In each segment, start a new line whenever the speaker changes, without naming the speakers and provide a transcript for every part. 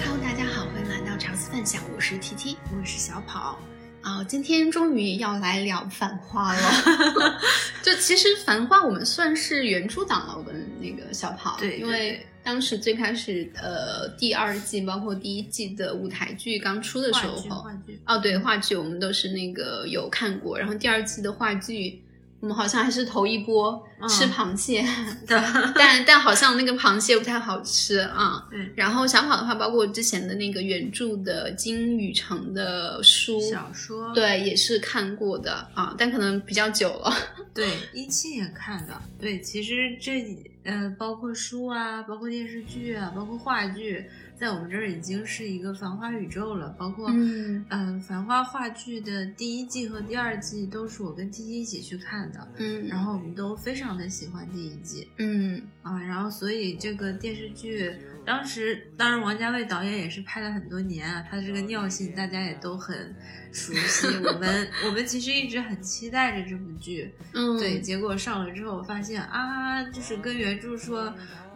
Hello，大家好，欢迎来到茶思饭享，我是 T T，我是小跑。啊、今天终于要来聊《繁花》 了。就其实《繁花》我们算是原著党了，我跟那个小跑，
对对
因为
对
当时最开始呃第二季包括第一季的舞台剧刚出的时候，
话剧，
哦，对，话剧我们都是那个有看过，然后第二季的话剧，我们好像还是头一波
嗯
吃螃蟹，
对
但但好像那个螃蟹不太好吃啊。
对，
然后想跑的话，包括之前的那个原著的金宇澄的书，
小说，
对，也是看过的啊，但可能比较久了。
对，一期也看了。对，其实这呃，包括书啊，包括电视剧啊，包括话剧，在我们这儿已经是一个繁花宇宙了。包括
嗯
呃，繁花话剧的第一季和第二季都是我跟 T T 一起去看的，
嗯，
然后我们都非常的喜欢第一季。
嗯
啊，然后所以这个电视剧，当时当然王家卫导演也是拍了很多年啊，他这个尿性大家也都很熟悉。我们我们其实一直很期待着这部剧，
嗯，
对，结果上了之后发现啊，就是跟原著说，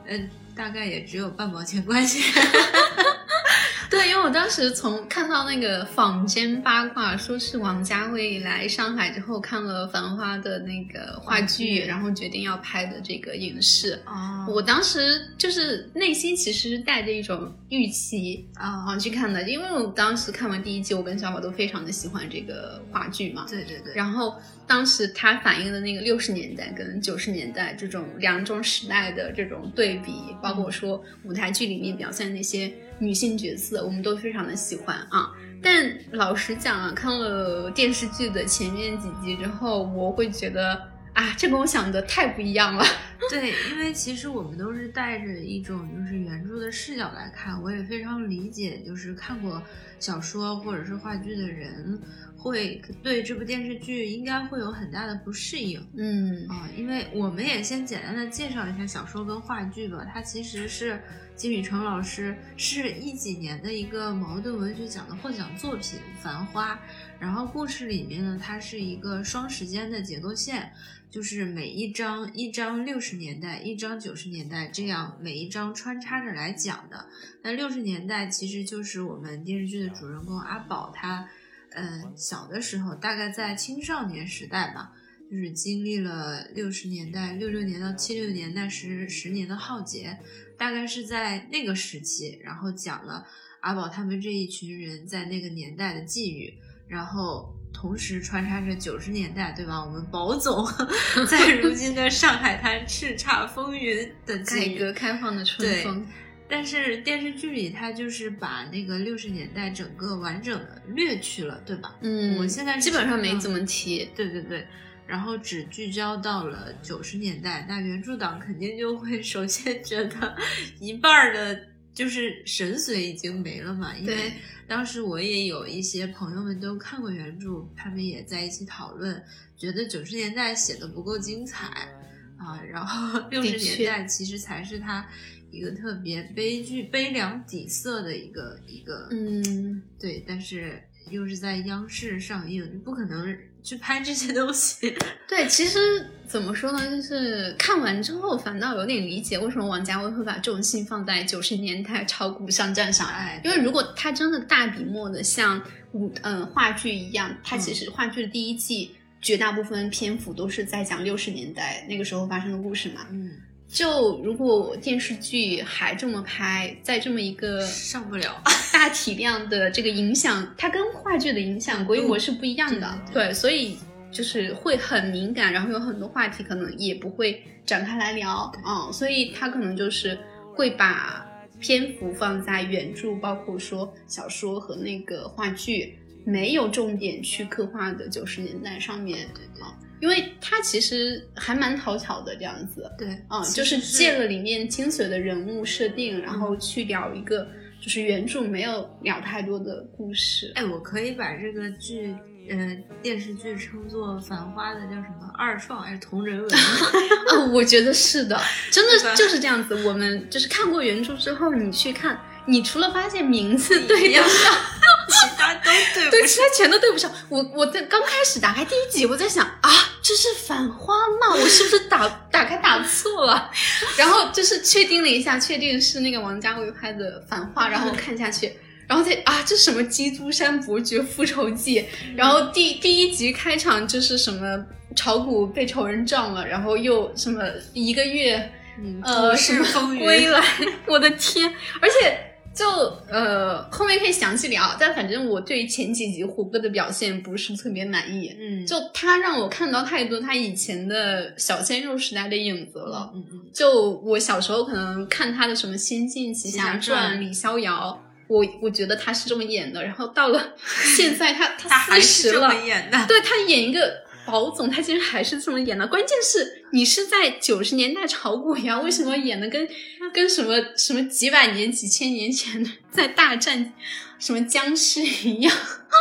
嗯、大概也只有半毛钱关系。
对，因为我当时从看到那个坊间八卦，说是王家卫来上海之后看了《繁花》的那个话剧，
嗯
然后决定要拍的这个影视。
啊
我当时就是内心其实是带着一种预期
啊，
啊去看的，因为我当时看完第一季，我跟小宝都非常的喜欢这个话剧嘛。
对对对，
然后当时它反映的那个六十年代跟九十年代这种两种时代的这种对比，包
嗯
括说舞台剧里面表现的那些女性角色，我们都非常的喜欢啊。但老实讲啊，看了电视剧的前面几集之后，我会觉得啊，这跟我想的太不一样了。
对，因为其实我们都是带着一种就是原著的视角来看，我也非常理解，就是看过小说或者是话剧的人，会对这部电视剧应该会有很大的不适应
嗯
啊、因为我们也先简单的介绍一下小说跟话剧吧，它其实是金宇澄老师是一几年的一个茅盾文学奖的获奖作品《繁花》，然后故事里面呢，它是一个双时间的结构线。就是每一章一章六十年代，一章九十年代，这样每一章穿插着来讲的。那六十年代其实就是我们电视剧的主人公阿宝，他嗯、呃小的时候，大概在青少年时代吧，就是经历了六十年代六六年到七六年那十十年的浩劫，大概是在那个时期，然后讲了阿宝他们这一群人在那个年代的际遇。然后同时穿插着九十年代，对吧？我们宝总 在如今的上海滩叱咤风云的
改
际遇
革开放的春
对
风，
但是电视剧里它就是把那个六十年代整个完整的略去了，对吧？
嗯，
我现在是
基本上没
看
怎么提。
对对对，然后只聚焦到了九十年代，那原著党肯定就会首先觉得 一半儿的。就是神髓已经没了嘛，因为
对，
当时我也有一些朋友们都看过原著，他们也在一起讨论，觉得九十年代写的不够精彩啊，然后 六十
的确
年代其实才是他一个特别悲剧、悲凉底色的一个一个、
嗯，
对，但是又是在央视上映，你不可能去拍这些东西。
对，其实怎么说呢，就是看完之后反倒有点理解为什么王家卫会把重心放在九十年代炒股上战场，
哎，
因为如果他真的大笔墨的像舞嗯话剧一样，他其
嗯
实话剧的第一季。绝大部分篇幅都是在讲六十年代那个时候发生的故事嘛。
嗯，
就如果电视剧还这么拍，在这么一个
上不了。
大体量的这个影响，它跟话剧的影响规模是不一样的。
嗯
对，所以就是会很敏感，然后有很多话题可能也不会展开来聊。嗯，所以它可能就是会把篇幅放在原著，包括说小说和那个话剧，没有重点去刻画的九十年代上面。
对对
啊因为它其实还蛮讨巧的这样子，
对，
嗯，
其
就
实
是嗯借了里面精髓的人物设定，然后去聊一个就是原著没有聊太多的故事。
哎，我可以把这个剧，呃，电视剧称作《繁花》的叫什么二创还是同人文？
哦， 我觉得是的，真
对
的
吧
就是这样子。我们就是看过原著之后，你去看，你除了发现名字
一
对
样
得上，
其他都对
对
不
其他全都对不上。我我在刚开始打开第一集，我在想啊，这是反花吗？我是不是打打开打错了？然后就是确定了一下，确定是那个王家卫拍的反花，然后看下去。然后再啊，这什么《基督山伯爵复仇记》？然后第第一集开场就是什么炒股被仇人撞了，然后又什么一个月
嗯，
呃
都
什
市
么
风云，
归来， 我的天！而且就呃后面可以详细聊，但反正我对前几集胡歌的表现不是特别满意，
嗯，
就他让我看到太多他以前的小鲜肉时代的影子了。
嗯嗯
就我小时候可能看他的什么《仙剑奇侠
奇侠
传》
传
李逍遥，我我觉得他是这么演的，然后到了 现在他
他
他
还
四
是
十
这么
了，
演的，
对他演一个保总，他竟然还是这么演的。关键是你是在九十年代炒股呀，为什么演的跟跟什么什么几百年几千年前的在大战什么僵尸一样？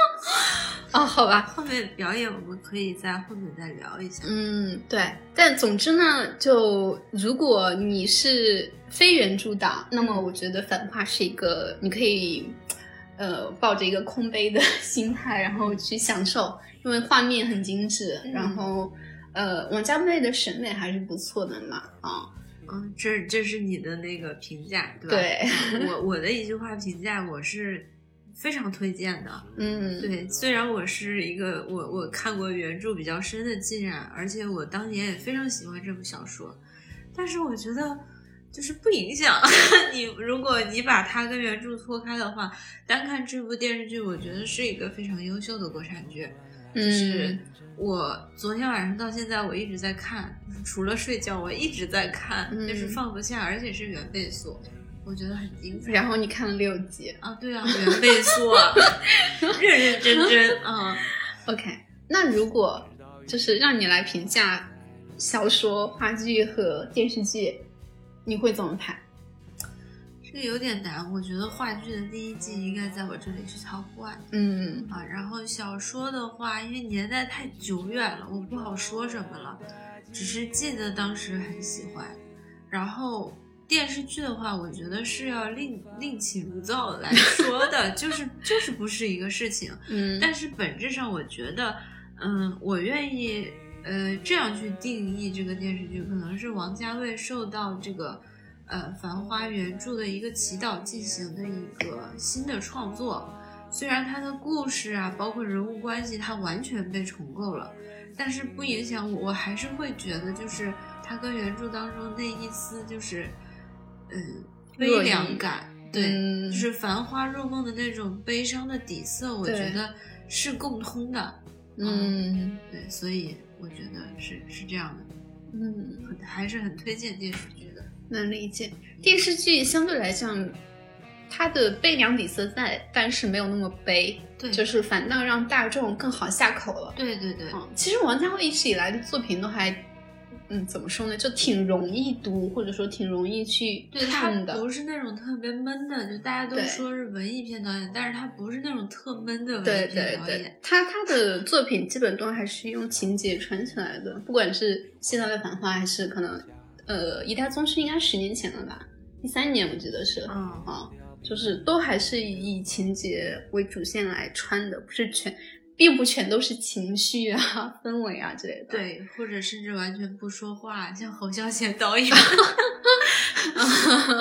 哦，好吧，
后面表演我们可以在后面再聊一下。
嗯，对。但总之呢，就如果你是非原著党，那么我觉得反话是一个你可以呃抱着一个空杯的 心态，然后去享受，因为画面很精致，
嗯
然后呃，王家卫的审美还是不错的嘛，啊，
嗯，这这是你的那个评价，对吧？嗯
对，
我我的一句话评价，我是非常推荐的。
嗯，
对，虽然我是一个我我看过原著比较深的浸染，而且我当年也非常喜欢这部小说，但是我觉得就是不影响 你。如果你把它跟原著脱开的话，单看这部电视剧，我觉得是一个非常优秀的国产剧。就是
嗯，
我昨天晚上到现在，我一直在看，除了睡觉，我一直在看，
嗯
就是放不下，而且是原倍速，我觉得很精彩。
然后你看了六集
啊，对啊，原倍速啊，认认真真啊。
，OK。那如果就是让你来评价小说、话剧和电视剧，你会怎么排？
这个有点难，我觉得话剧的第一季应该在我这里是 top one
嗯
啊。然后小说的话，因为年代太久远了，我不好说什么了，只是记得当时很喜欢。然后电视剧的话，我觉得是要另另起炉灶来说的，就是就是不是一个事情。
嗯
但是本质上，我觉得，嗯，我愿意，呃，这样去定义这个电视剧，可能是王家卫受到这个，呃，《繁花》原著的一个祈祷进行的一个新的创作。虽然它的故事啊，包括人物关系，它完全被重构了，但是不影响我，我还是会觉得，就是它跟原著当中那一丝就是，嗯，
若
微
隐
凉感，对，
嗯
就是《繁花》入梦的那种悲伤的底色，我
对
觉得是共通的。
嗯
对，所以我觉得是是这样的，
嗯，
很还是很推荐电视剧的。
能理解。电视剧相对来讲，它的悲凉底色在，但是没有那么悲，
对，
就是反倒让大众更好下口了。
对对对，
嗯，其实王家卫一直以来的作品都还，嗯，怎么说呢，就挺容易读，或者说挺容易去
对它
看的
不。是那种特别闷的，就大家都
对
说是文艺片导演，但是它不是那种特闷的文
对
艺片
对
导演
对。，他他的作品基本都还是用情节串起来的，不管是现在的《繁花》，还是可能，呃，《一代宗师》应该十年前了吧，一三年我记得是，
嗯，
啊，就是都还是以情节为主线来穿的，不是全，并不全都是情绪啊、 氛围啊之类的。，
对，或者甚至完全不说话，像侯孝贤 导演。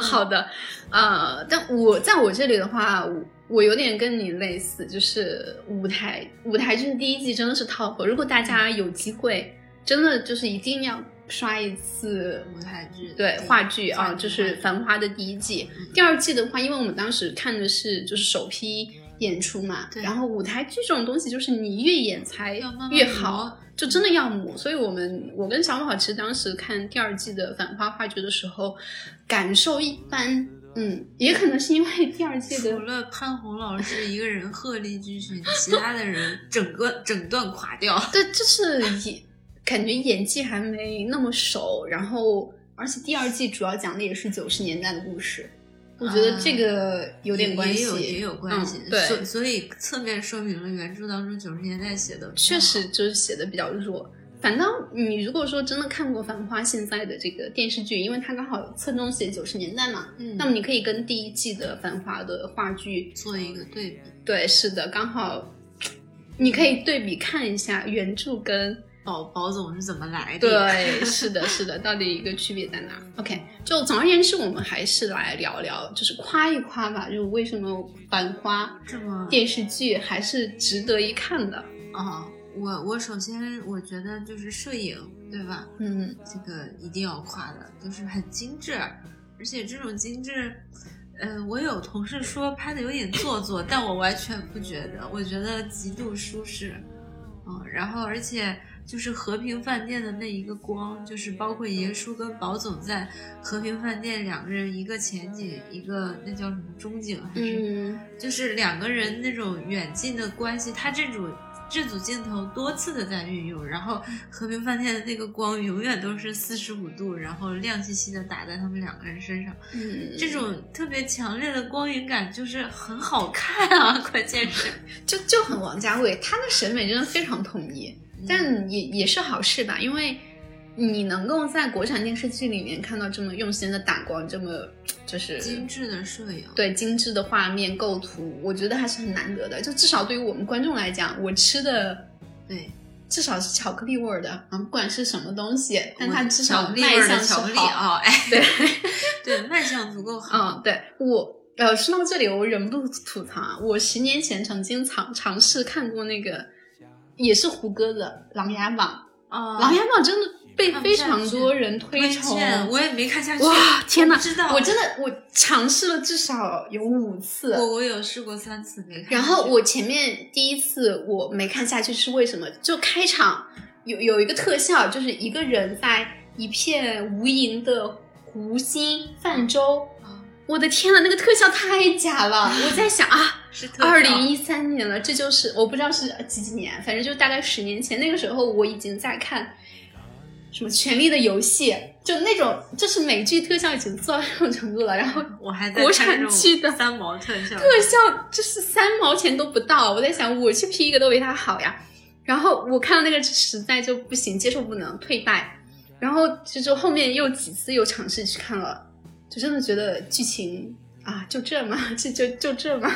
好的，呃，但我在我这里的话，我我有点跟你类似，就是舞台舞台剧第一季真的是 top，如果大家有机会，真的就是一定要刷一次
舞台剧
对
对
话剧啊，
话剧嗯
就是《繁花》的第一季、第二季的话，因为我们当时看的是就是首批演出嘛，
对
然后舞台剧这种东西就是你越演才
要慢慢
越
磨嗯
好，就真的要磨。所以我们我跟小马其实当时看第二季的《繁花》话剧的时候，感受一般，嗯，也可能是因为第二季的
除了潘虹老师一个人鹤立鸡群，其他的人整个整段垮掉。
对，就是演，感觉演技还没那么熟，然后而且第二季主要讲的也是九十年代的故事，我觉得这个有点关系，
啊也有也有关系。
嗯、对
所，所以侧面说明了原著当中九十年代写的
确实就是写的比较弱。反倒你如果说真的看过《繁花》现在的这个电视剧，因为它刚好侧重写九十年代嘛，
嗯，
那么你可以跟第一季的《繁花》的话剧，
做一个对比，
对，是的，刚好你可以对比看一下原著跟
宝宝总是怎么来的。
对，是的，是的， 到底一个区别在哪？OK，就总而言之，我们还是来聊聊，就是夸一夸吧，就是为什么《繁花》
这么
电视剧还是值得一看的。
啊、我我首先我觉得就是摄影，对吧？
嗯，
这个一定要夸的，就是很精致，而且这种精致，呃，我有同事说拍的有点做作，但我完全不觉得，我觉得极度舒适，嗯，然后而且就是和平饭店的那一个光，就是包括爷叔跟宝总在和平饭店两个人，一个前景，一个那叫什么中景还是
嗯，
就是两个人那种远近的关系，他这种这组镜头多次的在运用，然后和平饭店的那个光永远都是四十五度，然后亮兮兮的打在他们两个人身上，
嗯
这种特别强烈的光影感就是很好看啊， 关键是，
就就很王家卫，他的审美真的非常统一，
嗯
但也也是好事吧，因为你能够在国产电视剧里面看到这么用心的打光，这么就是
精致的摄影，
对精致的画面构图，我觉得还是很难得的。就至少对于我们观众来讲，我吃的
对，
至少是巧克力味儿的啊，不管是什么东西，但
我
它至
巧
少
克力
卖
味儿
相
的
是
巧克力
好。
啊，哎，
对，
对，卖相足够好，
嗯，对我。呃，说到这里，我忍不住吐槽啊！我十年前曾经尝尝试看过那个，也是胡歌的《琅琊榜》，
啊，
琅琊榜》真的被
看不
非
下
常
去
多人
嗯推
推崇，啊
荐我也没看下去，
哇天哪
我不知道
我真的我尝试了至少有五次，
我我有试过三次没看。
然后我前面第一次我没看下去是为什么？就开场有有一个特效，就是一个人在一片无垠的湖心泛舟。
啊
我的天呐，那个特效太假了！我在想啊，
是特效
二零一三年了，这就是我不知道是几几年，反正就大概十年前。那个时候我已经在看什么《权力的游戏》，就那种就是美剧特效已经做到这种程度了，然后
我还在
国
看
产
这种
剧的
三毛特 效，
特效就是三毛钱都不到，我在想我去 P 一个都比他好呀。然后我看到那个实在就不行，接受不能，退败。然后就就后面又几次又尝试去看了，就真的觉得剧情啊就这嘛， 就就就这嘛。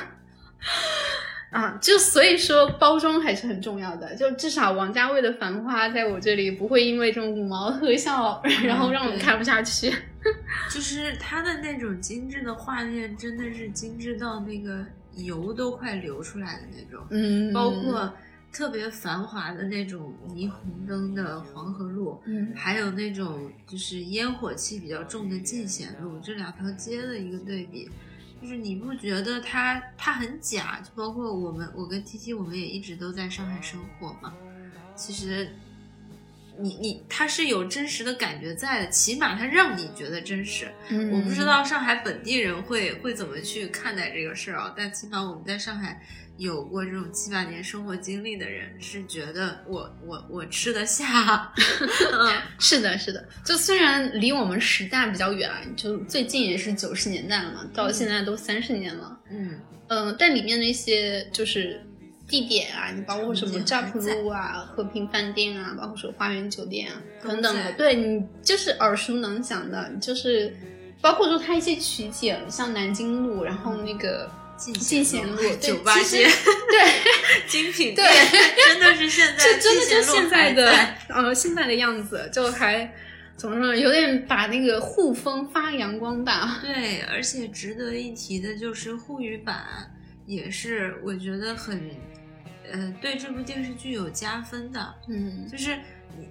啊，就所以说包装还是很重要的，就至少王家卫的《繁花》在我这里不会因为这种五毛特效，然后让我
对
看不下去。
就是它的那种精致的画面，真的是精致到那个油都快流出来的那种，
嗯
包括特别繁华的那种霓虹灯的黄河路。
嗯
还有那种就是烟火气比较重的进贤路，这两条街的一个对比，就是你不觉得它它很假？就包括我们，我跟 T T，我们也一直都在上海生活嘛。其实你你它是有真实的感觉在的，起码它让你觉得真实。
嗯
我不知道上海本地人会会怎么去看待这个事儿啊，但起码我们在上海有过这种七八年生活经历的人，是觉得我我我吃得下， 嗯
是的，是的，就虽然离我们时代比较远，就最近也是九十年代了嘛，到现在都三十年了，
嗯，
嗯、但里面那些就是地点啊，你包括什么
场景
乍浦
还在
路啊、和平饭店啊，包括什么花园酒店啊
都
等等的
在，
对你就是耳熟能详的，就是包括说它一些取景，像南京路，然后那个。进贤路对
酒吧
其
嗯街
实，对，
精品店
对，
真的是现
这
在
真的就
进贤路
现在的
还 在
呃现在的样子，就还怎么说呢，有点把那个沪风发扬光大。
对，而且值得一提的就是沪语版，也是我觉得很，呃，对这部电视剧有加分的。
嗯
就是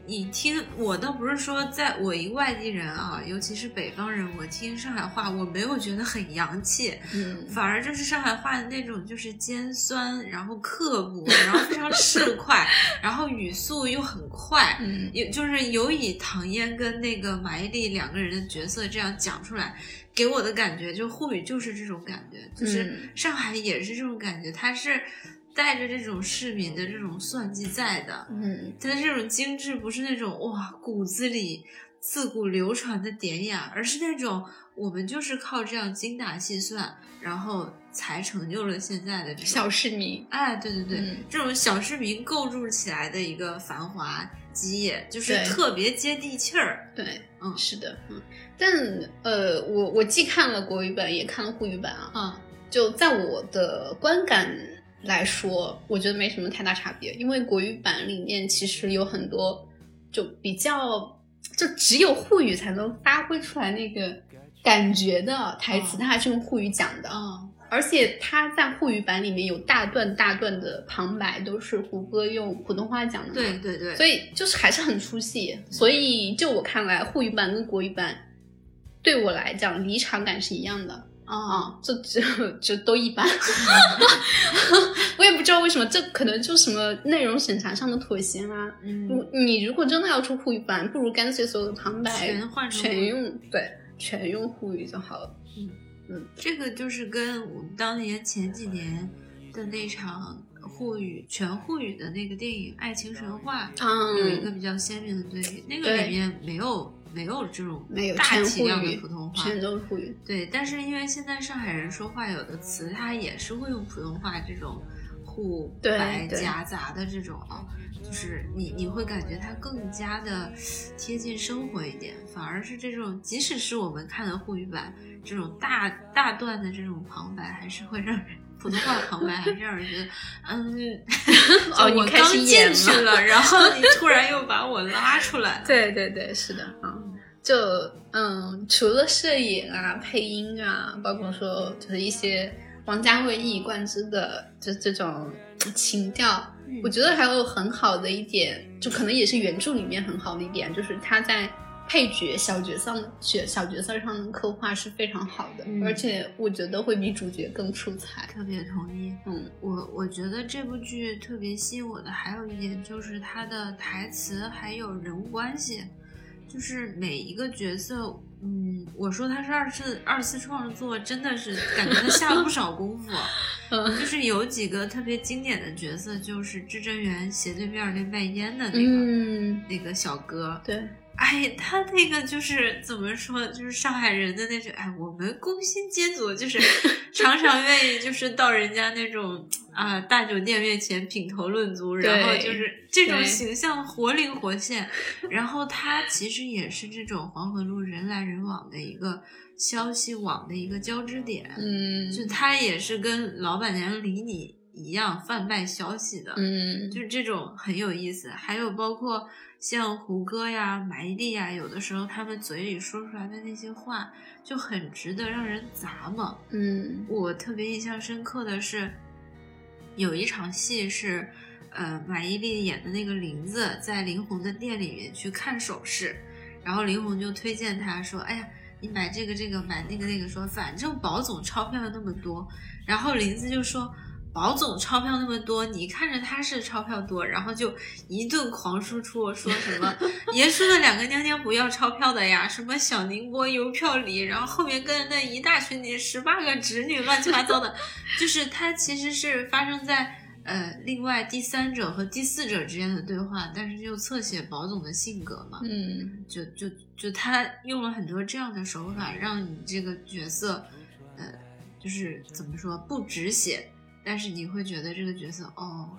你你听，我倒不是说在我一个外地人啊，尤其是北方人，我听上海话，我没有觉得很洋气，
嗯
反而就是上海话的那种，就是尖酸，然后刻薄，然后非常市侩， 然后语速又很快。
嗯
有就是尤以唐嫣跟那个马伊琍两个人的角色这样讲出来，给我的感觉就沪语就是这种感觉，就是
嗯
上海也是这种感觉，它是带着这种市民的这种算计在的，
嗯
它的这种精致不是那种哇骨子里自古流传的典雅，而是那种我们就是靠这样精打细算，然后才成就了现在的这种
小市民，
哎，对对对，
嗯
这种小市民构筑起来的一个繁华基业，就是
对
特别接地气儿。
对，
嗯
是的，嗯，但呃，我嗯
啊
我既看了国语版，也看了沪语版啊，
嗯
就在我的观感来说，我觉得没什么太大差别，因为国语版里面其实有很多就比较就只有沪语才能发挥出来那个感觉的台词，
哦
它还是用沪语讲的，啊
哦，
而且它在沪语版里面有大段大段的旁白都是胡歌用普通话讲的，
对，对对，
所以就是还是很出戏。所以就我看来，沪语版跟国语版对我来讲离场感是一样的。
哦，
啊，就就就都一般， 我也不知道为什么，这可能就什么内容审查上的妥协啦、
嗯，
如你如果真的要出沪语版，不如干脆所有的旁白
全换成
全用，对，全用沪语就好了。
这个就是跟我们当年前几年的那场沪语全沪语的那个电影《爱情神话》有一个
嗯，
比较鲜明的对比，那个
对
里面没有没有这种
没有
大
全
体
沪
量的
语
普通话，
全都是沪语。
对，但是因为现在上海人说话有的词，他也是会用普通话这种互
对
白
对
夹杂的这种啊，就是你你会感觉它更加的贴近生活一点，反而是这种即使是我们看的沪语版这种大大段的这种旁白，还是会让人。普通话旁白还是让人觉得，嗯，
哦
就
你
我
开
刚
始演
进去
了
了，然后你突然又把我拉出来，
对对对，是的啊，就嗯，除了摄影啊、配音啊，包括说就是一些王家卫一以贯之的就这种情调，
嗯
我觉得还有很好的一点，就可能也是原著里面很好的一点，就是他在配角小角色上角小角色上的刻画是非常好的，
嗯
而且我觉得会比主角更出彩。
特别同意。
嗯，
我我觉得这部剧特别吸引我的还有一点就是它的台词还有人物关系，就是每一个角色，嗯，我说他是二次二次创作，真的是感觉他下了不少功夫。
嗯
就是有几个特别经典的角色，就是至真园斜对面那卖烟的那个、
嗯，
那个小哥，
对，
哎，他那个就是怎么说，就是上海人的那种，哎，我们工薪阶族 就是常常愿意就是到人家那种啊、大酒店面前品头论足，然后
对
就是这种
对
形象活灵活现。然后他其实也是这种黄河路人来人往的一个消息网的一个交织点，
嗯
就他也是跟老板娘李你一样贩卖消息的，
嗯，
就是这种很有意思。还有包括像胡歌呀、马伊琍呀，有的时候他们嘴里说出来的那些话，就很值得让人咂摸。
嗯
我特别印象深刻的是，有一场戏是，呃，马伊琍演的那个林子在林红的店里面去看首饰，然后林红就推荐她说：“哎呀，你买这个这个，买那个那个。”说反正保总钞票那么多，然后林子就说。保总钞票那么多，你看着他是钞票多，然后就一顿狂输出，说什么爷叔的两个娘娘不要钞票的呀，什么小宁波邮票里，然后后面跟着那一大群你十八个侄女乱七八糟的， 就是它其实是发生在呃另外第三者和第四者之间的对话，但是又侧写保总的性格嘛，
嗯
就就就他用了很多这样的手法，让你这个角色，呃，就是怎么说不止血，但是你会觉得这个角色哦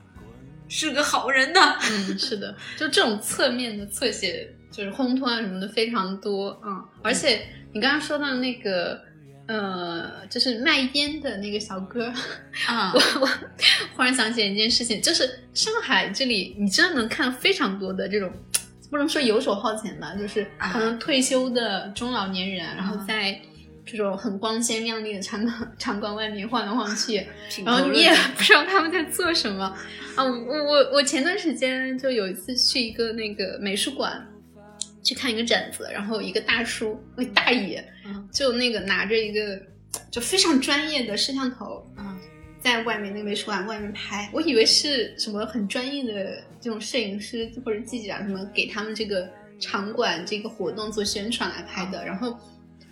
是个好人呢。
嗯，是的，就这种侧面的侧写，就是烘托啊什么的非常多啊、而且你刚刚说到那个，呃，就是卖烟的那个小哥，
啊
我， 我忽然想起一件事情，就是上海这里，你真的能看非常多的这种，不能说游手好闲吧，就是
啊
可能退休的中老年人，然后在这种很光鲜亮丽的场馆场馆外面晃来晃 去，
品
然后
头
你
论
也
足
不知道他们在做什么啊！我我我前段时间就有一次去一个那个美术馆去看一个展子，然后有一个大叔，那大爷
嗯
就那个拿着一个就非常专业的摄像头，
嗯
在外面那个美术馆外面拍，我以为是什么很专业的这种摄影师或者记者啊什么给他们这个场馆这个活动做宣传来拍的，然后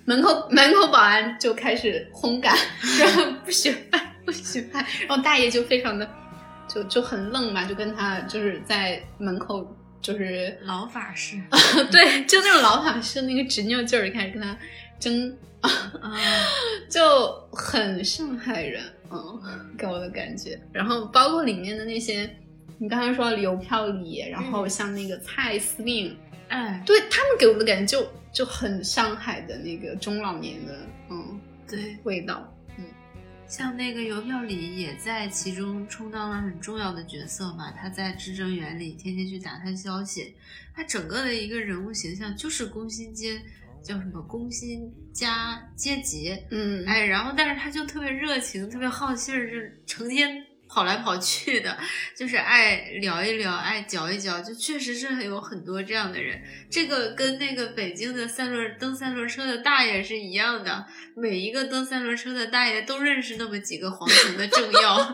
门口门口保安就开始轰赶，然后不许拍不许拍，然后大爷就非常的就就很愣嘛，就跟他就是在门口就是
老法师
对，就那种老法师那个执拗劲儿开始跟他争，
啊，
就很上海人，嗯，给我的感觉。然后包括里面的那些，你刚才说到邮票里，然
嗯
后像那个蔡司令，
哎，
对他们给我的感觉就就很上海的那个中老年的嗯
对，
味道。
像那个邮票里也在其中充当了很重要的角色嘛，他在质证园里天天去打探消息，他整个的一个人物形象就是工薪阶，叫什么工薪加阶级，
嗯，
哎，然后但是他就特别热情，特别好信儿，就是成天跑来跑去的，就是爱聊一聊，爱嚼一嚼，就确实是有很多这样的人。这个跟那个北京的三轮蹬三轮车的大爷是一样的，每一个蹬三轮车的大爷都认识那么几个皇城的政要，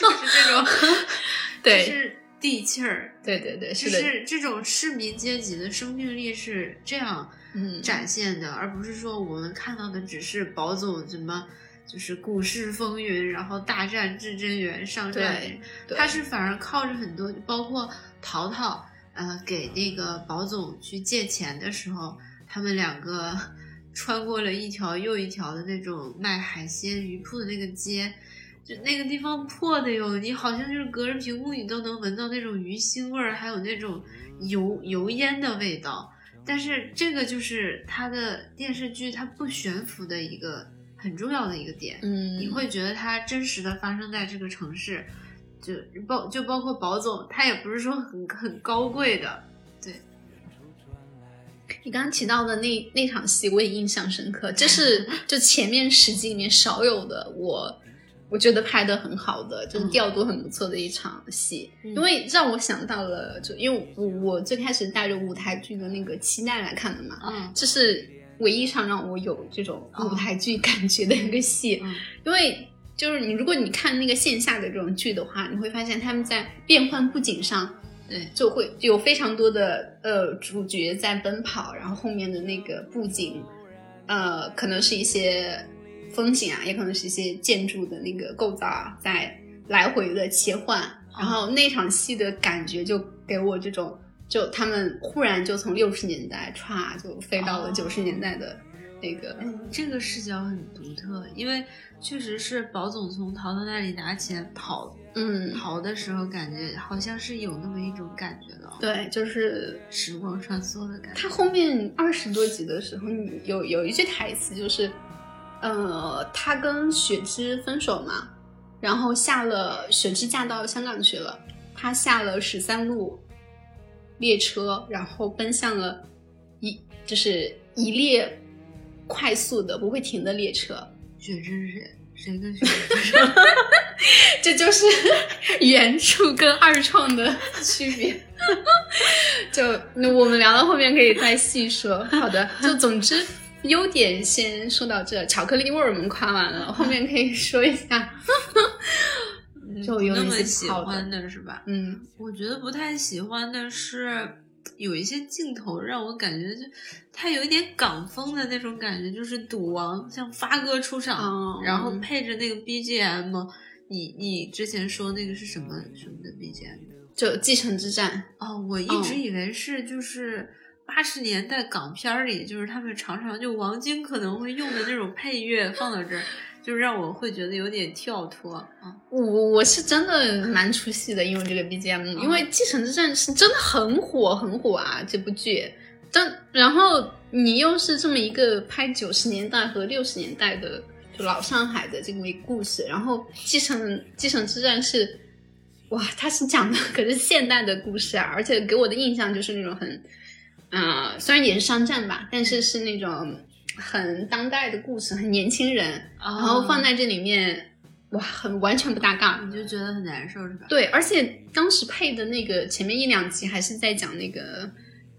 就是这种，
对
就是地气儿，
对对对，
就
的，
是是这种市民阶级的生命力是这样。
嗯，
展现的，而不是说我们看到的只是宝总什么，就是股市风云，然后大战至真园上战
对，对
他是反而靠着很多，包括淘淘，呃，给那个宝总去借钱的时候，他们两个 穿过了一条又一条的那种卖海鲜鱼铺的那个街。就那个地方破的哟，你好像就是隔着屏幕，你都能闻到那种鱼腥味儿，还有那种油油烟的味道。但是这个就是它的电视剧它不悬浮的一个很重要的一个点，
嗯，
你会觉得它真实的发生在这个城市，就包就包括宝总，他也不是说很很高贵的，
你刚刚提到的那那场戏，我也印象深刻，这 是就前面十集里面少有的我。我觉得拍的很好的，就是
嗯
调度很不错的一场戏，
嗯
因为让我想到了，就因为我我最开始带着舞台剧的那个期待来看的嘛，
嗯
这是唯一上让我有这种舞
哦
台剧感觉的一个戏，
嗯
因为就是你，如果你看那个线下的这种剧的话，你会发现他们在变换布景上呃
对，
就会有非常多的呃主角在奔跑，然后后面的那个布景，呃，可能是一些风景啊，也可能是一些建筑的那个构造啊，在来回的切换。然后那场戏的感觉就给我这种，就他们忽然就从六十年代歘就飞到了
哦
九十年代的那个，
嗯，这个视角很独特，因为确实是宝总从淘淘那里拿钱跑
嗯，
逃的时候，感觉好像是有那么一种感觉的哦，
对，就是
时光穿梭的感觉。
他后面二十多集的时候，你有有一句台词就是，呃，他跟雪芝分手嘛，然后下了雪芝嫁到香港去了，他下了十三路列车，然后奔向了一就是一列快速的不会停的列车，
雪芝是谁？谁跟 雪芝？
这就是 原著跟二创的区别。 就那我们聊到后面可以再细说。好的，就总之优点先说到这，巧克力味儿我们夸完了，后面可以说一下。就有
嗯那
一
么
些
喜
泡的
欢的是吧？
嗯，
我觉得不太喜欢的是，有一些镜头让我感觉就它有一点港风的那种感觉，就是赌王像发哥出场，
哦
然后配着那个 BGM。你你之前说那个是什么什么的 BGM？
就继承之战，
哦，我一直以为是就是八十年代港片儿里，就是他们常常就王晶可能会用的那种配乐放到这儿，就让我会觉得有点跳脱啊。
我我是真的蛮出戏的，因为这个 BGM，
哦
因为继承之战是真的很火很火啊，这部剧。但然后你又是这么一个拍九十年代和六十年代的就老上海的这么一个故事，然后《继承继承之战》是，哇，它是讲的 可是现代的故事啊，而且给我的印象就是那种很，呃，虽然也是商战吧，但是是那种很当代的故事，很年轻人，然后
嗯哦
放在这里面，哇，很完全不搭嘎，
你就觉得很难受是吧？
对，而且当时配的那个前面一两集还是在讲那个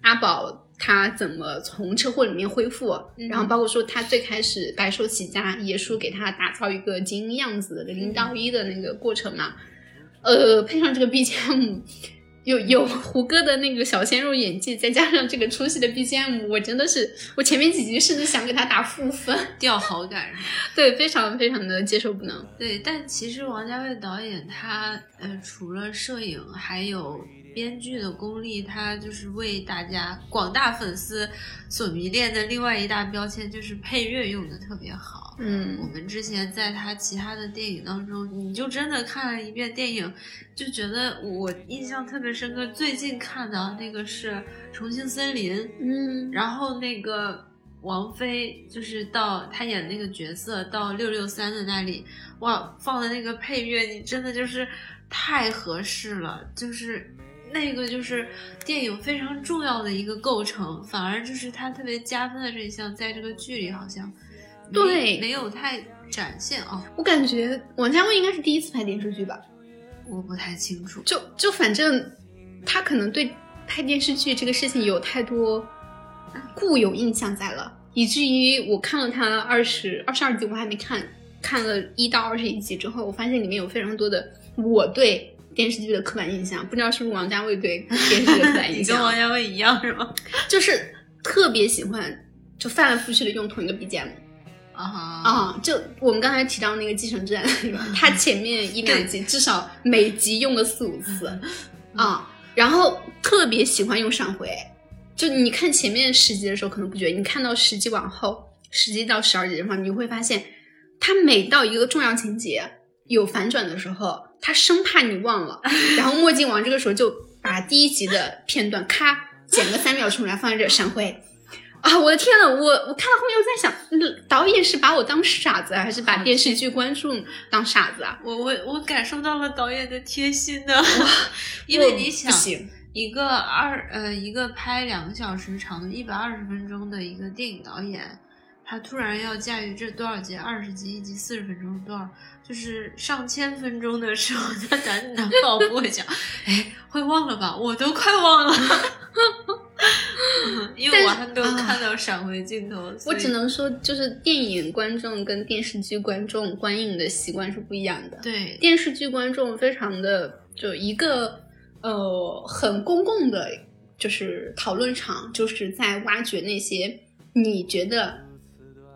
阿宝他怎么从车祸里面恢复，
嗯
然后包括说他最开始白手起家，爷叔给他打造一个精英样子的零到一的那个过程嘛，呃，配上这个 BGM。有有胡歌的那个小鲜肉演技，再加上这个出戏的 BGM，我真的是，我前面几集甚至想给他打负分，
掉好感是吧？
对，非常非常的接受不能。
对，但其实王家卫导演他呃，除了摄影，还有编剧的功力，他就是为大家广大粉丝所迷恋的另外一大标签，就是配乐用的特别好。
嗯
我，们之前在他其他的电影当中，你就真的看了一遍电影，就觉得我印象特别深刻。最近看的那个是《重庆森林》，
嗯
然后那个王菲就是到她演的那个角色到六六三的那里，哇，放的那个配乐，你真的就是太合适了，就是那个就是电影非常重要的一个构成，反而就是它特别加分的这一项，在这个剧里好像没
对
没有太展现啊、
我感觉王家卫应该是第一次拍电视剧吧，
我不太清楚，
就就反正他可能对拍电视剧这个事情有太多固有印象在了，以至于我看了他二十二十二集，我还没看，看了一到二十一集之后，我发现里面有非常多的我对电视剧的刻板印象，不知道是不是王家卫对电视剧的刻板印
你跟
象，
王家卫一样是吗？
就是特别喜欢就翻来覆去的用同一个 BGM。
啊哈
啊、就我们刚才提到那个《继承战》对吧，它前面一两集至少每集用了四五次啊、
嗯
然后特别喜欢用闪回。就你看前面十集的时候可能不觉得，你看到十集往后，十集到十二集的话，你会发现，它每到一个重要情节有反转的时候，他生怕你忘 了，然后墨镜王这个时候就把第一集的片段咔剪个三秒出来放在这闪回。啊！我的天呐，我我看到后面我在想，嗯导演是把我当傻子啊，还是把电视剧观众当傻子啊？
我我我感受到了导演的贴心的， 因为你想
不，行，
一个二呃一个拍两个小时长的一百二十分钟的一个电影导演，他突然要驾驭这多少集二十集一集四十分钟多少，就是上千分钟的时候，他难难保不会想，哎，会忘了吧？我都快 忘了，嗯因为我还没有看到闪回镜头，
啊我
所以
只能说，就是电影观众跟电视剧观众观影的习惯是不一样的。
对
电视剧观众非常的就一个呃很公共的，就是讨论场，就是在挖掘那些你觉得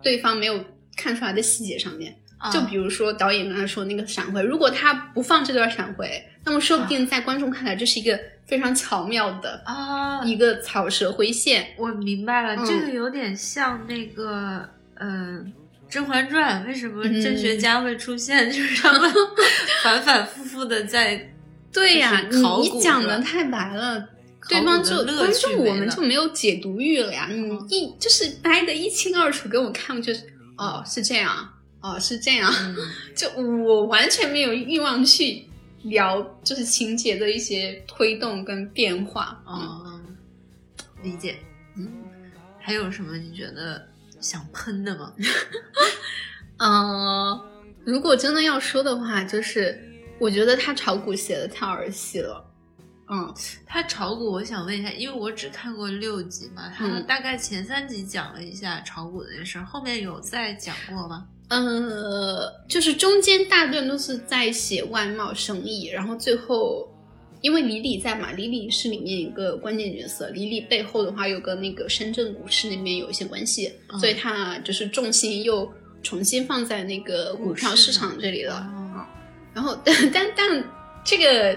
对方没有看出来的细节上面。
啊
就比如说导演刚才说那个闪回，如果他不放这段闪回，那么说不定在观众看来这是一个非常巧妙的
啊，
一个草蛇灰线。
我明白了，
嗯
这个有点像那个呃《甄嬛传》，为什么
嗯
甄学家会出现？ 就是他们 反反复复的在
对呀、
就是
你
考古
你讲的
是吧
太白了，
考
对
古
方
的
就
乐
观
趣
众
没
我们
了
就没有解读欲了呀，你
嗯
一就是掰的一清二楚给我看，我就是哦是这样，哦是这样，
嗯
就我完全没有欲望去聊就是情节的一些推动跟变化。嗯，
嗯理解嗯，还有什么你觉得想喷的吗？
呃，如果真的要说的话，就是我觉得他炒股写的太儿戏了。嗯，
他炒股，我想问一下，因为我只看过六集嘛，他
嗯
大概前三集讲了一下炒股的事儿，后面有再讲过吗？
呃，就是中间大段都是在写外贸生意，然后最后因为李李在嘛，李李是里面一个关键角色，李李背后的话有个那个深圳股市那边有一些关系，
嗯
所以他就是重心又重新放在那个股票市场这里了。
哦
然后， 但但但这个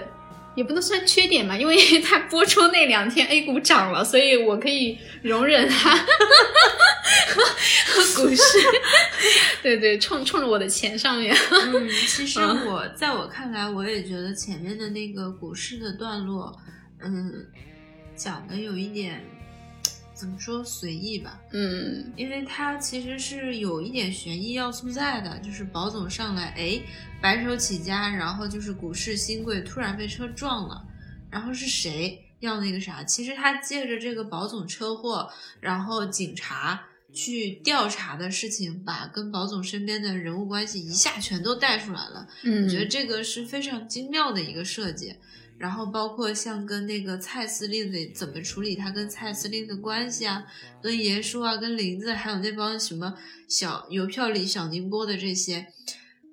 也不能算缺点吧，因为 它播出那两天 A 股涨了，所以我可以容忍它 股市。对对，冲冲着我的钱上面。
嗯，其实我在我看来，我也觉得前面的那个股市的段落，嗯，讲的有一点怎么说随意吧，
嗯
因为它其实是有一点悬疑要素在的，就是保总上来，哎，白手起家，然后就是股市新贵突然被车撞了，然后是谁要那个啥？其实他借着这个保总车祸，然后警察去调查的事情，把跟保总身边的人物关系一下全都带出来了。
嗯，
我觉得这个是非常精妙的一个设计。然后包括像跟那个蔡司令的怎么处理他跟蔡司令的关系啊，跟爷叔啊，跟林子，还有那帮什么小邮票里小宁波的这些，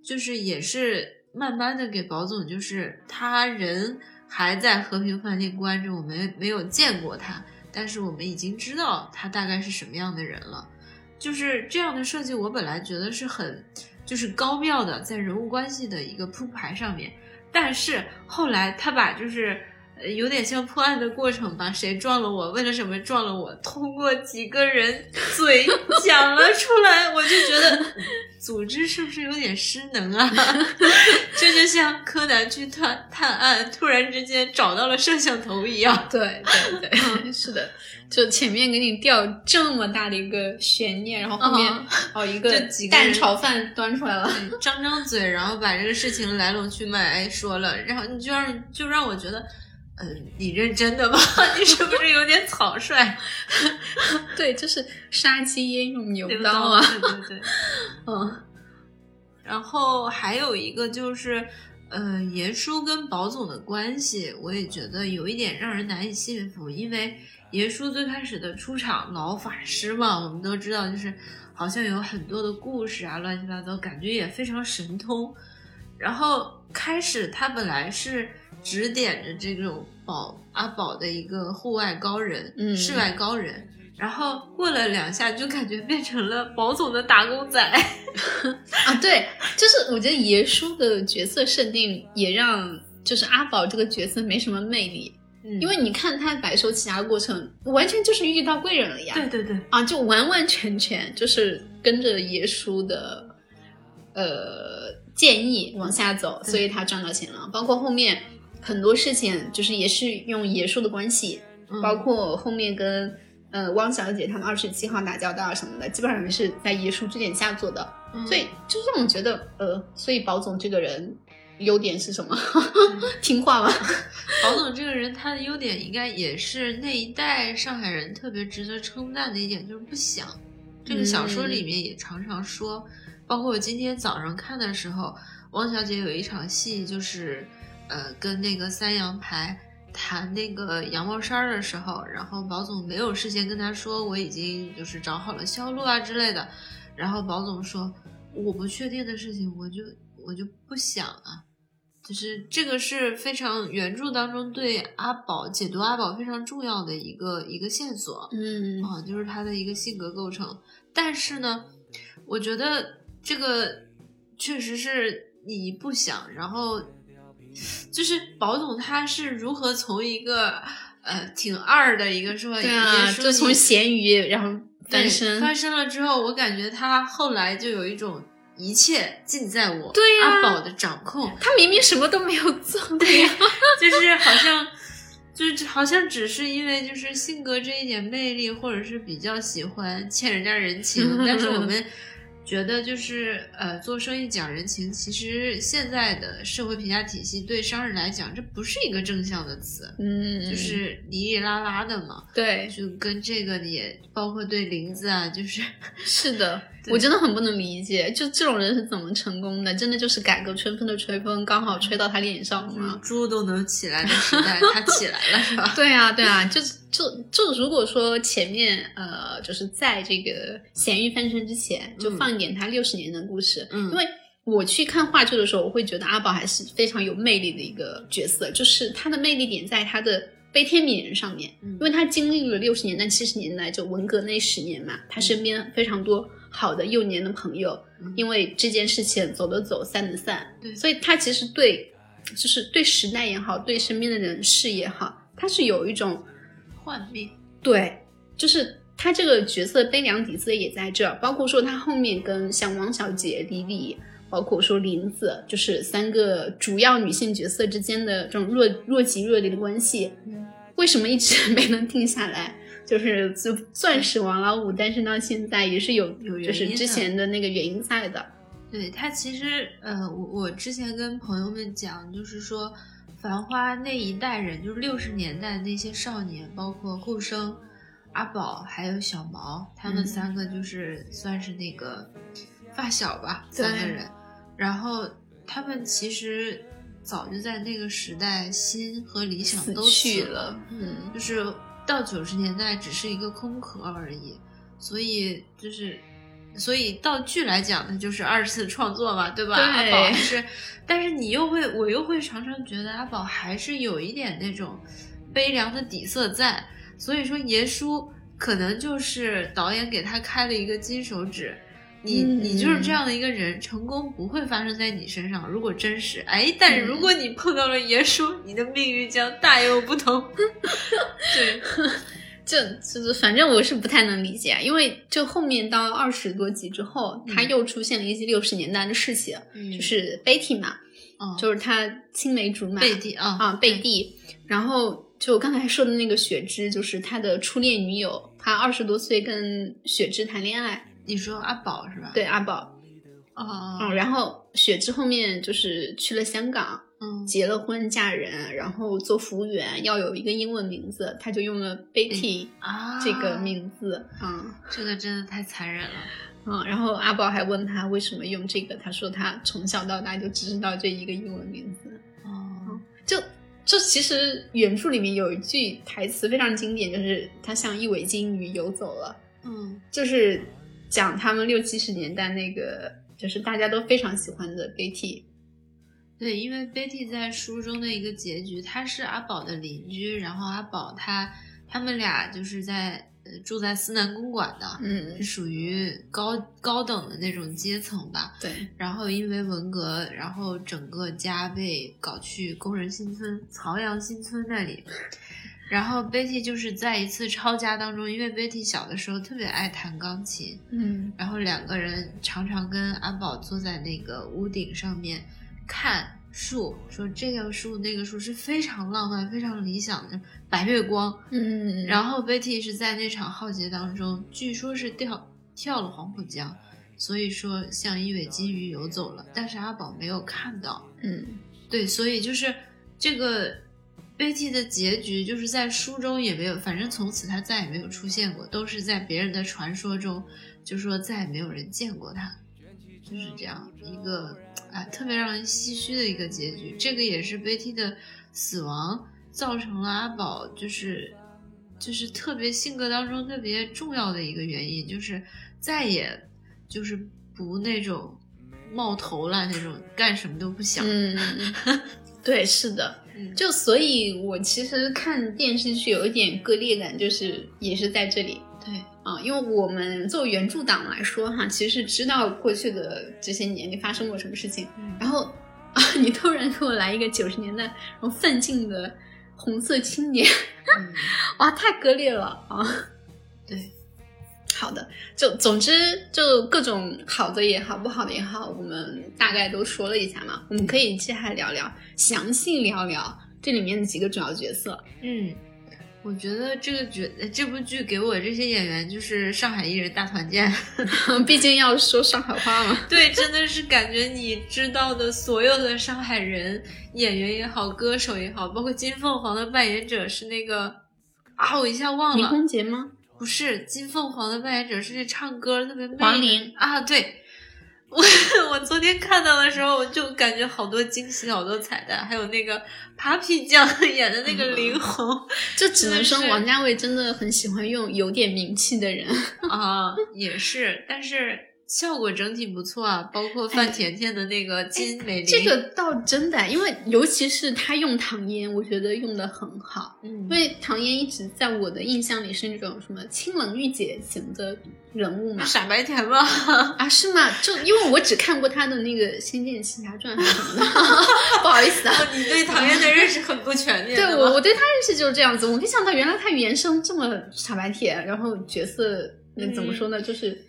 就是也是慢慢的给保总，就是他人还在和平饭店关着，我们没有见过他，但是我们已经知道他大概是什么样的人了。就是这样的设计，我本来觉得是很就是高妙的，在人物关系的一个铺排上面，但是后来他把就是呃有点像破案的过程吧，谁撞了我，为了什么撞了我，通过几个人嘴讲了出来，我就觉得组织是不是有点失能啊？ 这就像柯南去探探案，突然之间找到了摄像头一样。
对对对，
嗯
是的，就前面给你吊这么大的一个悬念，然后后面、
嗯
哦一个
就几个人
蛋炒饭端出来了，
对张张嘴，然后把这个事情来龙去脉哎说了，然后你就让就让我觉得，嗯、你认真的吧？ 你是不是有点草 率？
对，就是杀鸡焉用牛
对不
刀啊，
对对对。
嗯，
然后还有一个就是，呃，严叔跟宝总的关系，我也觉得有一点让人难以信服，因为严叔最开始的出场，老法师嘛，我们都知道，就是好像有很多的故事啊，乱七八糟，感觉也非常神通。然后开始他本来是指点着这种宝阿宝的一个户外高人，
嗯
室外高人。然后过了两下，就感觉变成了宝总的打工仔。
啊，对，就是我觉得爷叔的角色设定也让就是阿宝这个角色没什么魅力，
嗯
因为你看他白手起家过程，完全就是遇到贵人了呀，
对对对，
啊，就完完全全就是跟着爷叔的呃建议往下走，
对
所以他赚到钱了。包括后面很多事情，就是也是用爷叔的关系，
嗯
包括后面跟呃汪小姐他们二十七号打交道啊什么的，基本上也是在爷叔支点下做的。
嗯
所以就让我觉得，呃，所以宝总这个人优点是什么？ 听话吧。
宝总这个人，他的优点应该也是那一代上海人特别值得称赞的一点，就是不想。这个小说里面也常常说，包括我今天早上看的时候，汪小姐有一场戏，就是呃跟那个三羊牌谈那个羊毛衫儿的时候，然后宝总没有事先跟他说我已经就是找好了销路啊之类的，然后宝总说我不确定的事情，我就我就不想啊。就是这个是非常原著当中对阿宝解读阿宝非常重要的一个一个线索
嗯
啊，就是他的一个性格构成。但是呢，我觉得这个确实是你不想，然后就是宝总他是如何从一个呃挺二的一个说，
对啊，
也说
就
你
从咸鱼然后
对
翻身，
翻身了之后，我感觉他后来就有一种一切尽在我
对呀
阿宝的掌控。
他明明什么都没有做，对呀、。
就是好像，就是好像只是因为就是性格这一点魅力，或者是比较喜欢欠人家人情 但是我们觉得就是呃，做生意讲人情，其实现在的社会评价体系对商人来讲，这不是一个正向的词，
嗯，
就是哩哩啦啦的嘛。
对，
就跟这个也包括对林子啊，就是
是的，
对
我真的很不能理解，就这种人是怎么成功的？真的就是改革春风的吹风，刚好吹到他脸上了吗？
猪都能起来的时代，他起来了是吧？
对啊，对啊，就就就如果说前面呃，就是在这个咸鱼翻身之前，就
嗯
放一点他六十年的故事，
嗯
因为。我去看话剧的时候，我会觉得阿宝还是非常有魅力的一个角色，就是他的魅力点在他的悲天悯人上面，
嗯
因为他经历了六十年代、七十年代就文革那十年嘛，他身边非常多好的幼年的朋友，
嗯
因为这件事情走的走，散的散，
对
所以他其实对，就是对时代也好，对身边的人事也好，他是有一种
换命，
对，就是他这个角色悲凉底色也在这儿，包括说他后面跟像王小姐、李李，包括说林子，就是三个主要女性角色之间的这种若若即若离的关系，
嗯
为什么一直 没能定下来？就是就钻石王老五单身到现在也是有
有原
就是
因
之
的
前的那个原因在的，
对他其实，呃，我我之前跟朋友们讲，就是说，《繁花》那一代人，就是六十年代那些少年，包括顾生、阿宝还有小毛，他
嗯
们三个就是算是那个发小吧，
对
三个人。然后他们其实早就在那个时代，心和理想
死
都
去
死
了，嗯，
就是到九十年代只是一个空壳而已，所以就是，所以到剧来讲，它就是二次创作嘛，对吧？
对
阿宝还是，但是你又会，我又会常常觉得阿宝还是有一点那种悲凉的底色在，所以说爷叔可能就是导演给他开了一个金手指，你
嗯
你就是这样的一个人，成功不会发生在你身上。如果真实，哎，但
嗯
如果你碰到了爷叔，你的命运将大有不同。 对，
就就是，反正我是不太能理解，啊因为就后面到二十多集之后，
嗯
他又出现了一些六十年代的事情，
嗯
就是 Betty 嘛，
哦
就是他青梅竹马
贝蒂啊
啊贝蒂，然后就我刚才说的那个雪芝，就是他的初恋女友，他二十多岁跟雪芝谈恋爱，
你说阿宝是吧？
对阿宝，
哦，
嗯，然后雪芝后面就是去了香港，
嗯
结了婚嫁人，然后做服务员要有一个英文名字，他就用了 Betty
啊，
这个名字，嗯。
这个真的太残忍了。
嗯，然后阿宝还问他为什么用这个，他说他从小到大就只知道这一个英文名字。
哦，
就就其实原著里面有一句台词非常经典，就是他像一尾鲸鱼游走了，
嗯
就是讲他们六七十年代那个就是大家都非常喜欢的 Betty。
对，因为 Betty 在书中的一个结局，她是阿宝的邻居，然后阿宝他他们俩就是在呃住在思南公馆的，
嗯
是，属于高高等的那种阶层吧。
对，
然后因为文革，然后整个家被搞去工人新村、曹杨新村那里。然后 Betty 就是在一次抄家当中，因为 Betty 小的时候特别爱弹钢琴，
嗯
然后两个人常常跟安保坐在那个屋顶上面看树，说这个树那个树是非常浪漫、非常理想的白月光。
嗯，
然后 Betty 是在那场浩劫当中，据说是掉跳了黄浦江，所以说像一尾金鱼游走了，但是阿宝没有看到。
嗯
对，所以就是这个 Betty 的结局，就是在书中也没有，反正从此她再也没有出现过，都是在别人的传说中，就说再也没有人见过她，就是这样一个啊特别让人唏嘘的一个结局。这个也是 Betty 的死亡造成了阿宝就是。就是特别性格当中特别重要的一个原因，就是再也就是不那种冒头了那种干什么都不想，
嗯，对，是的。
嗯
就所以，我其实看电视剧有一点割裂感，就是也是在这里
对，
啊、因为我们作为原著党来说哈，其实知道过去的这些年里发生过什么事情，然后 啊，你突然给我来一个九十年代然后奋进的红色青年，
嗯，
哇，太割裂了啊！
对，
好的，就总之就各种好的也好，不好的也好，我们大概都说了一下嘛。我们可以接下来聊聊，详细聊聊这里面的几个主要角色。
嗯，我觉得这个角呃这部剧给我这些演员就是上海艺人大团建，
毕竟要说上海话嘛。
对，真的是感觉你知道的所有的上海人演员也好，歌手也好，包括金凤凰的扮演者是那个啊，我一下忘
林
了，
空杰吗？
不是金凤凰的扮演者是那唱歌特别媚
黄
的
龄
啊，对。 我我昨天看到的时候，我就感觉好多惊喜，好多彩蛋，还有那个 Papi 酱演的那个林红，
就只能说
真的是
王家卫真的很喜欢用有点名气的人。
啊，也是，但是效果整体不错啊，包括范甜甜的那哎个金美玲，
这个倒真的，因为尤其是他用唐嫣，我觉得用的很好。
嗯
因，为唐嫣一直在我的印象里是那种什么清冷御姐型的人物嘛，
傻白甜吧，
啊，是吗？就因为我只看过他的那个《仙剑奇侠传》还是什么的， 不好意 思啊。
你对唐嫣的认识很不全 面，
对
吧
我，我对他认识就是这样子。我没想到原来他原声这么傻白甜，然后角色那怎么说呢，就是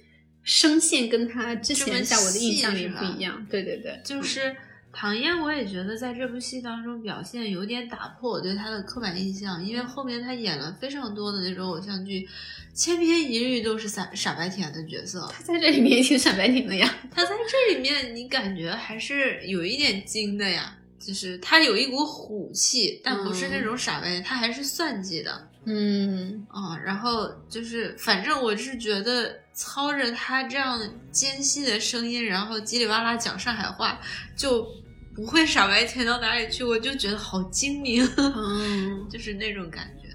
声线跟他之
嗯这么
前在我的印象
细
里
是吧
不一样。对对对，
就是唐嫣，我也觉得在这部戏当中表现有点打破我对她的刻板印象，因为后面她演了非常多的那种偶像剧，千篇一律都是傻傻白甜的角色，
他在这里面也挺傻白甜的呀。
她在这里面你感觉还是有一点精的呀。就是她有一股虎气，但不是那种傻白甜，她还是算计的。
嗯，
嗯，然后就是，反正我是觉得操着他这样尖细的声音，然后叽里哇啦讲上海话，就不会傻白甜到哪里去。我就觉得好精明，
嗯，
就是那种感觉。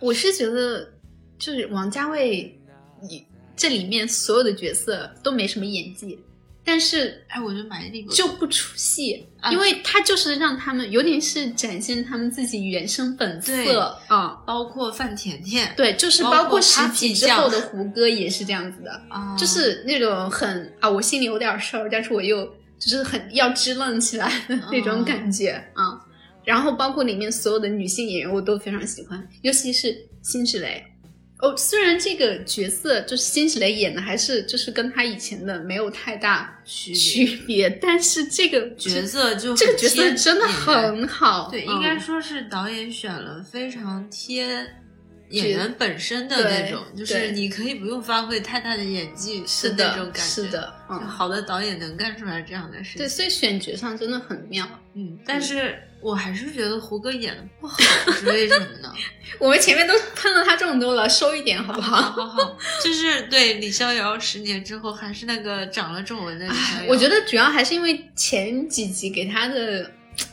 我是觉得就是王家卫，你这里面所有的角色都没什么演技。但是
哎，我就买那个
就不出戏，
啊
因为他就是让他们有点是展现他们自己原生本
对
色啊、
包括范甜甜
对，就是
包括
包括十
他
几
比
之
较
后的胡歌也是这样子的，
啊，
就是那种很啊，我心里有点事儿，但是我又就是很要支棱起来的那种感觉啊、
哦
然后包括里面所有的女性演员，我都非常喜欢，尤其是辛芷蕾。哦，虽然这个角色就是辛芷蕾演的，还是就是跟她以前的没有太大
区
区别，但是这个
角色就
这个
很
角色
贴
真的
演员
很好，
对，
嗯
应该说是导演选了非常贴
角
演员本身的
对
那种，就
对
是你可以不用发挥太大的演技
是
的那
的，
种感觉。
是，的，
就
嗯，
好的导演能干出来这样的事
对，
情。
所以选角上真的很妙。
嗯，但是我还是觉得胡歌演的不好，是为什么呢？
我们前面都喷了他这么多了，收一点好不
好好好，就是对李逍遥十年之后还是那个长了皱纹的李逍
唉
遥。
哎我觉得主要还是因为前几集给他的，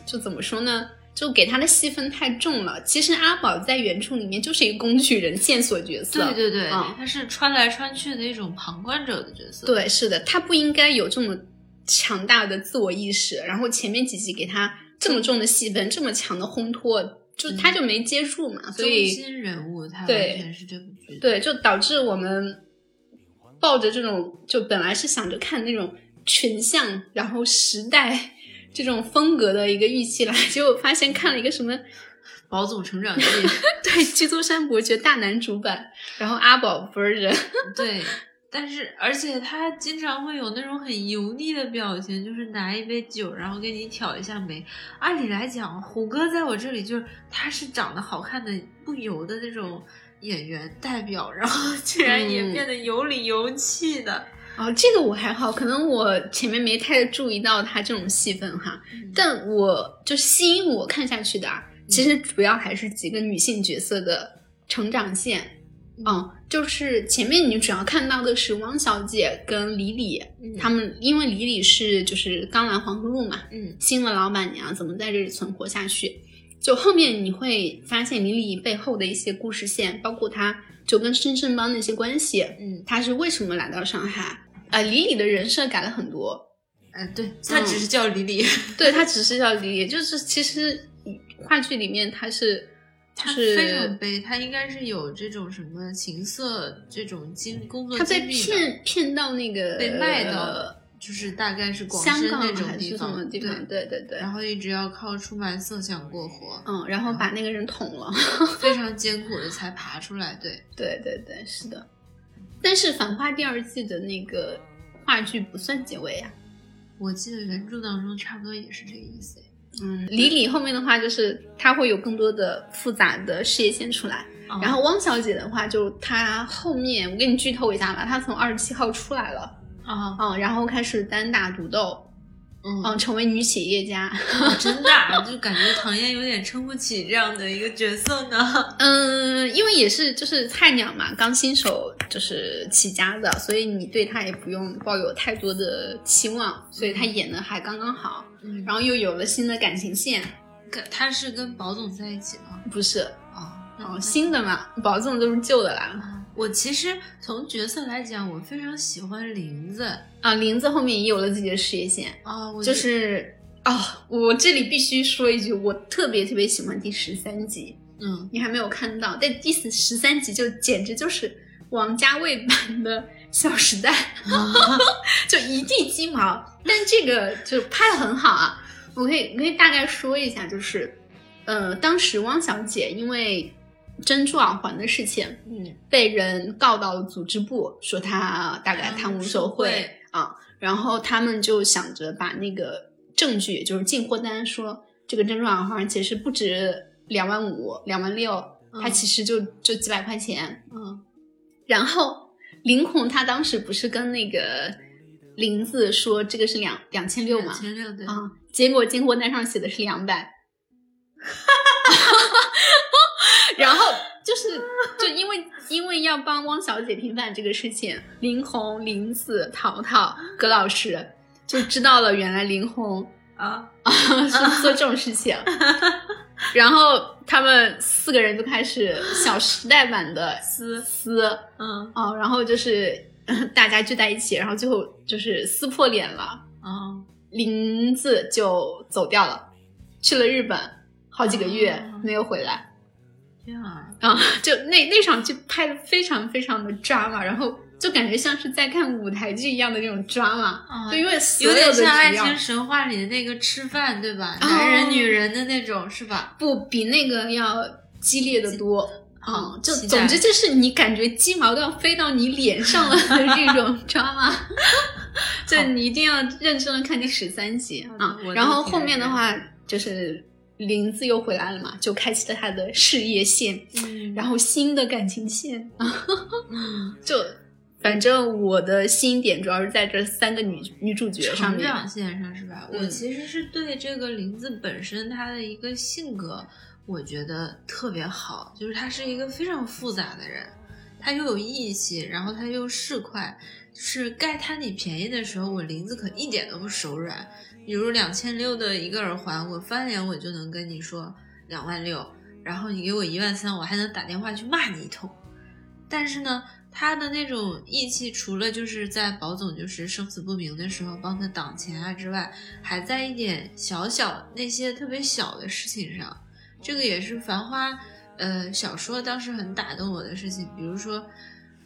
就怎么说呢，就给他的戏份太重了。其实阿宝在原著里面就是一个工具人、线索角色，
对对对，
嗯
他是穿来穿去的一种旁观者的角色。
对是的，他不应该有这么强大的自我意识。然后前面几集给他这么重的戏份，这么强的烘托，就他就没接住嘛，所
中
以
心人物他完
对
全是这部剧的。
对，就导致我们抱着这种，就本来是想着看那种群像，然后时代这种风格的一个预期来，结果发现看了一个什么
宝总成长记，
对《基督山伯爵》大男主版，然后阿宝不是人，
对，但是而且他经常会有那种很油腻的表情，就是拿一杯酒，然后给你挑一下眉。按理来讲，胡歌在我这里就是他是长得好看的不油的那种演员代表，然后 竟然也
嗯
变得有理有气的。
哦，这个我还好，可能我前面没太注意到他这种戏份哈，但我就吸引我看下去的啊，其实主要还是几个女性角色的成长线。嗯，就是前面你主要看到的是汪小姐跟李李，他
们
们因为李李是就是刚来黄河路嘛，
嗯
新的老板娘怎么在这里存活下去？就后面你会发现李李背后的一些故事线，包括她就跟深圳帮的一些关系，
嗯，
她是为什么来到上海？呃，李李的人设改了很多，
哎、对
嗯
他只是叫李 李，
对她只是叫李李，就是其实话剧里面她是就
他
是
非常悲，他应该是有这种什么情色这种经工作
她被
经历的。
骗骗到那个
被卖到
呃
就是大概是广
香
深
港
那种
还是什么地
对
方？对对对
然后一直要靠出卖色相过活，
嗯，然后把那个人捅了。
非常艰苦的才爬出来。对，
对对对，是的。但是《反花》第二季的那个话剧不算结尾啊呀、
我记得原著当中差不多也是这个意思。
嗯，李李后面的话就是她会有更多的复杂的事业线出来，
哦
然后汪小姐的话就她后面我给你剧透一下吧，她从二十七号出来了，
啊，
嗯，然后开始单打独斗，
嗯，
嗯，成为女企业家，
真的啊 就感觉唐嫣有点撑不起这样的一个角色呢。
嗯，因为也是就是菜鸟嘛，刚新手就是起家的，所以你对她也不用抱有太多的期望，所以她演的还刚刚好。
嗯，然
然后又有了新的感情线，
后跟他是跟宝总在一起吗？
不是
啊，那
哦，新的嘛，保总都是旧的啦。
啊我其实从角色来讲，我非常喜欢林子
啊，林子后面也有了自己的事业线，
啊，我
就是哦，我这里必须说一句，我特别特别喜欢第十三集，
嗯，
你还没有看到，但第十三集就简直就是王家卫版的《小时代》，就一地鸡毛。但这个就拍的很好啊，我可以我可以大概说一下，就是，呃，当时汪小姐因为珍珠耳环的事情，
嗯，
被人告到了组织部，说他大概贪污受贿、
嗯受贿
啊，然后他们就想着把那个证据，就是进货单说，这个珍珠耳环其实不值两万五、两万六，它
嗯
其实就就几百块钱。
嗯，
然后林红他当时不是跟那个林子说这个是两两千六嘛，
前六对，
啊，结果进货单上写的是两百，然后就是就因为因为要帮汪小姐平反这个事情，林红、林子、淘淘、葛老师就知道了，原来林红 哦
啊，
是做这种事情，然后他们四个人就开始《小时代》版的撕撕
嗯
哦，然后就是 大家聚在一起，然后最后就是撕破脸了，
啊，
林子就走掉了，去了日本好几个月、
啊
没有回来。
这样啊，
啊，就那那场剧拍的非常非常的抓嘛，然后就感觉像是在看舞台剧一样的那种抓嘛，
啊
就因为所
有点
的只
像《爱
要
情神话》里的那个吃饭，对吧？
哦
男人女人的那种，是吧？
不比那个要激烈的多。
好
嗯，就
期待
总之就是你感觉鸡毛都要飞到你脸 上了的这种抓 嘛，就你一定要认真的看第十三集
好的
啊
我。
然
能
后
体
后
会
面的
到
话就是林子又回来了嘛，就开启了他的事业线，
嗯
然后新的感情线
嗯，
就反正我的新点主要是在这三个女女主角上
成
面。
长线上是吧？
嗯
我其实是对这个林子本身她的一个性格，我觉得特别好，就是她是一个非常复杂的人，她又有义气，然后她又市侩，就是该贪你便宜的时候，我林子可一点都不手软。比如两千六的一个耳环，我翻脸我就能跟你说两万六，然后你给我一万三，我还能打电话去骂你一通。但是呢，他的那种义气，除了就是在保总就是生死不明的时候帮他挡钱啊之外，还在一点小小那些特别小的事情上，这个也是《繁花》呃小说当时很打动我的事情，比如说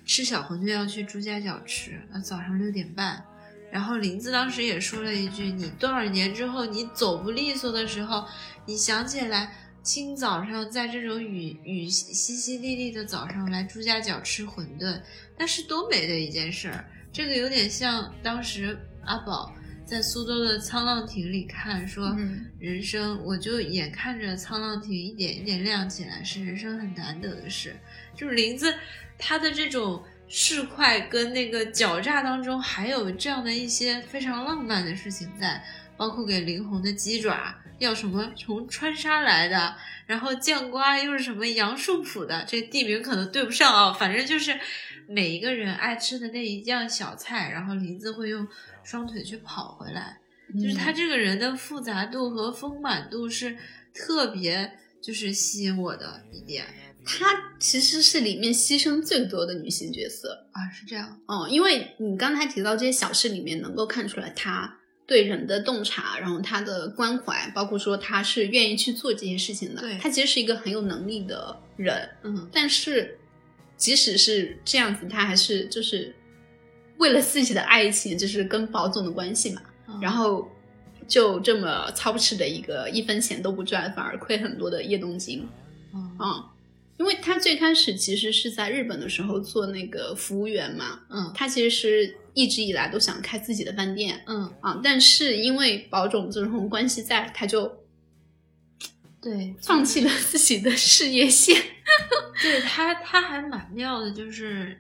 吃小馄饨要去朱家角吃，啊早上六点半。然后林子当时也说了一句：“你多少年之后，你走不利索的时候，你想起来，清早上在这种雨雨淅淅沥沥的早上来朱家角吃馄饨，那是多美的一件事儿。这个有点像当时阿宝在苏州的沧浪亭里看说，
嗯
人生，我就眼看着沧浪亭一点一点亮起来，是人生很难得的事。就是林子，他的这种市侩跟那个狡诈当中，还有这样的一些非常浪漫的事情在，包括给林红的鸡爪要什么从川沙来的，然后酱瓜又是什么杨树浦的，这地名可能对不上啊，反正就是每一个人爱吃的那一样小菜，然后林子会用双腿去跑回来。
嗯
就是他这个人的复杂度和丰满度是特别就是吸引我的一点
她其实是里面牺牲最多的女性角色
啊，是这样，
哦，因为你刚才提到这些小事里面，能够看出来她对人的洞察，然后她的关怀，包括说她是愿意去做这些事情的
对。
她其实是一个很有能力的人，
嗯，
但是即使是这样子，她还是就是为了自己的爱情，就是跟保总的关系嘛。
嗯
然后就这么操持的一个一分钱都不赚，反而亏很多的叶东京
嗯
嗯，因为他最开始其实是在日本的时候做那个服务员嘛，
嗯
他其实是一直以来都想开自己的饭店
嗯，
啊、但是因为保种这种关系在，他就
对，
放弃了自己的事业线。
对他他还蛮妙的，就是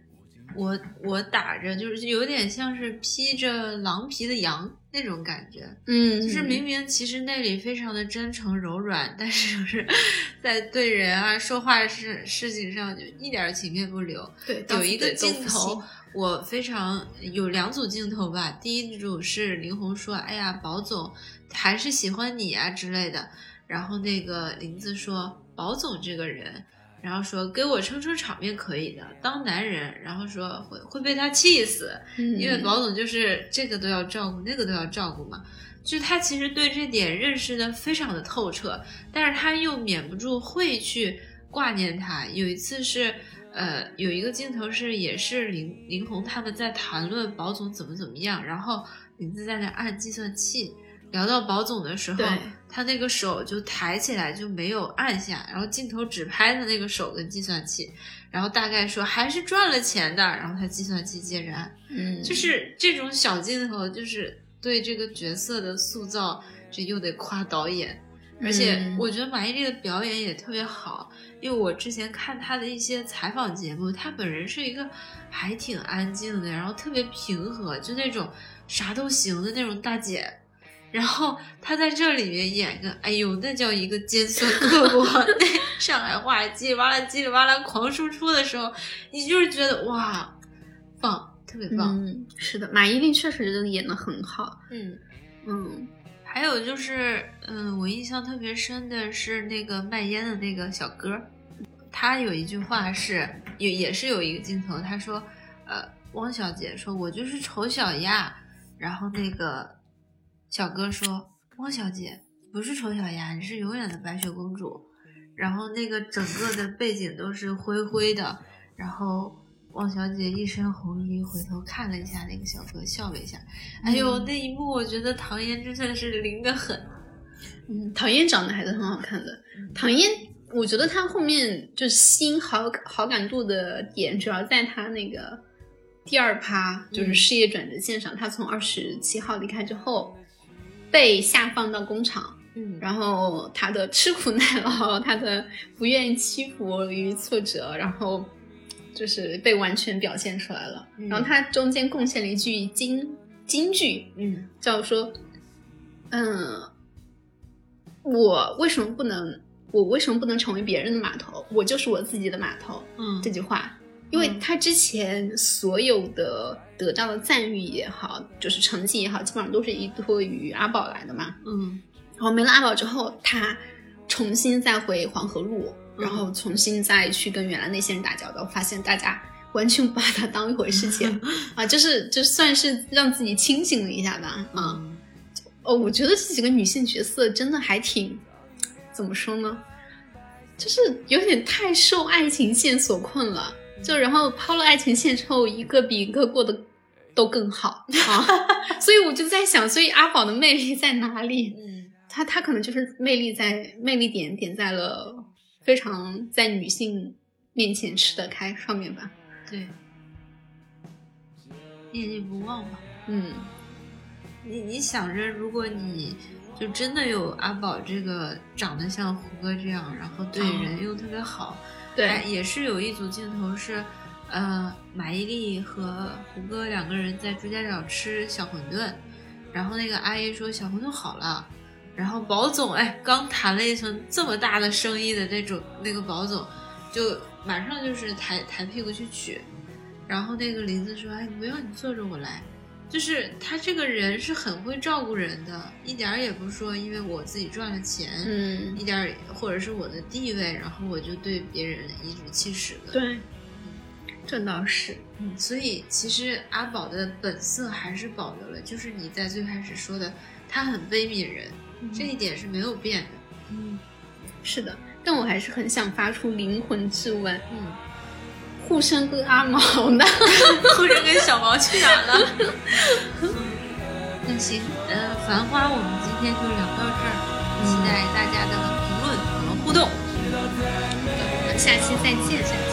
我我打着就是有点像是披着狼皮的羊那种感觉，
嗯
就是明明其实那里非常的真诚柔软，但是就是 在对人啊说话事事情上就一点儿情面不留。
对
有一个镜，
到
头
此，
我非常有两组镜头吧。第一组是林红说：“哎呀，宝总还是喜欢你啊之类的。”然后那个林子说：“宝总这个人。”然后说给我撑撑场面可以的，当男人，然后说会会被他气死，
得都不行
因为
嗯
宝总就是这个都要照顾，那个都要照顾嘛。就是他其实对这点认识的非常的透彻，但是他又免不住会去挂念他。有一次是，呃，有一个镜头是也是林林红他们在谈论宝总怎么怎么样，然后林子在那按计算器，聊到宝总的时候
对，
他那个手就抬起来就没有按下，然后镜头只拍他那个手跟计算器，然后大概说还是赚了钱的，然后他计算器接着按。
嗯
就是这种小镜头，就是对这个角色的塑造，这又得夸导演。而且
嗯
我觉得马伊琍的表演也特别好，因为我之前看她的一些采访节目，她本人是一个还挺安静的，然后特别平和，就那种啥都行的那种大姐。然后她在这里面演个，哎呦，那叫一个尖酸刻薄， 那上海话叽里哇啦叽里哇啦狂输出的时候，你就是觉得哇，棒，特别棒。
嗯，是的，马伊琍确实演的很好，
嗯，
嗯，
还有就是，嗯，我印象特别深的是那个卖烟的那个小哥儿，他有一句话是，也也是有一个镜头，他说，呃，汪小姐说：“我就是丑小鸭。”然后那个小哥说：“汪小姐不是丑小鸭，你是永远的白雪公主。”然后那个整个的背景都是灰灰的，然后汪小姐一身红衣，回头看了一下那个小哥，笑了一下。哎呦，那一幕我觉得唐嫣真的是灵得很。
嗯，唐嫣长得还是很好看的。唐嫣，我觉得她后面就吸引好好感度的点，主要在她那个第二趴，就是事业转折线上，她从二十七号离开之后，被下放到工厂，
嗯
然后她的吃苦耐劳，她的不愿意屈服于挫折，然后就是被完全表现出来了。
嗯
然后她中间贡献了一句金金句，
嗯
叫说，嗯，我为什么不能，我为什么不能成为别人的码头？我就是我自己的码头。
嗯
这句话，因为
嗯
他之前所有的得到的赞誉也好，就是成绩也好，基本上都是依托于阿宝来的嘛。
嗯
然后没了阿宝之后，他重新再回黄河路，
嗯
然后重新再去跟原来那些人打交道，发现大家完全不把他当一回事情 啊，就是就算是让自己清醒了一下吧，啊。
嗯
哦，我觉得这几个女性角色真的还挺，怎么说呢，就是有点太受爱情线所困了。就然后抛了爱情线之后，一个比一个过得都更好 啊，所以我就在想，所以阿宝的魅力在哪里？
嗯
他他可能就是魅力在魅力点点在了非常在女性面前吃得开上面吧。
对，念念不忘吧。
嗯，
你你想着，如果你就真的有阿宝这个长得像胡歌这样，然后对
嗯
人又特别好，
对，
哎也是有一组镜头是，呃，马伊琍和胡歌两个人在朱家角吃小馄饨，然后那个阿姨说小馄饨好了，然后宝总哎刚谈了一层这么大的生意的那种那个宝总，就马上就是抬抬屁股去取，然后那个林子说哎不用你坐着我来。就是他这个人是很会照顾人的，一点儿也不说，因为我自己赚了钱，
嗯，
一点儿，或者是我的地位，然后我就对别人颐指气使的。，
对，这倒是。
嗯，所以其实阿宝的本色还是保留了，就是你在最开始说的，他很悲悯人，这一点是没有变的。
嗯，是的，但我还是很想发出灵魂质问：
嗯，
护生跟阿毛呢？
后人跟小毛去哪了？ 那行，呃，繁花我们今天就聊到这儿，期待大家的评论和互动，嗯
下期再见，下期。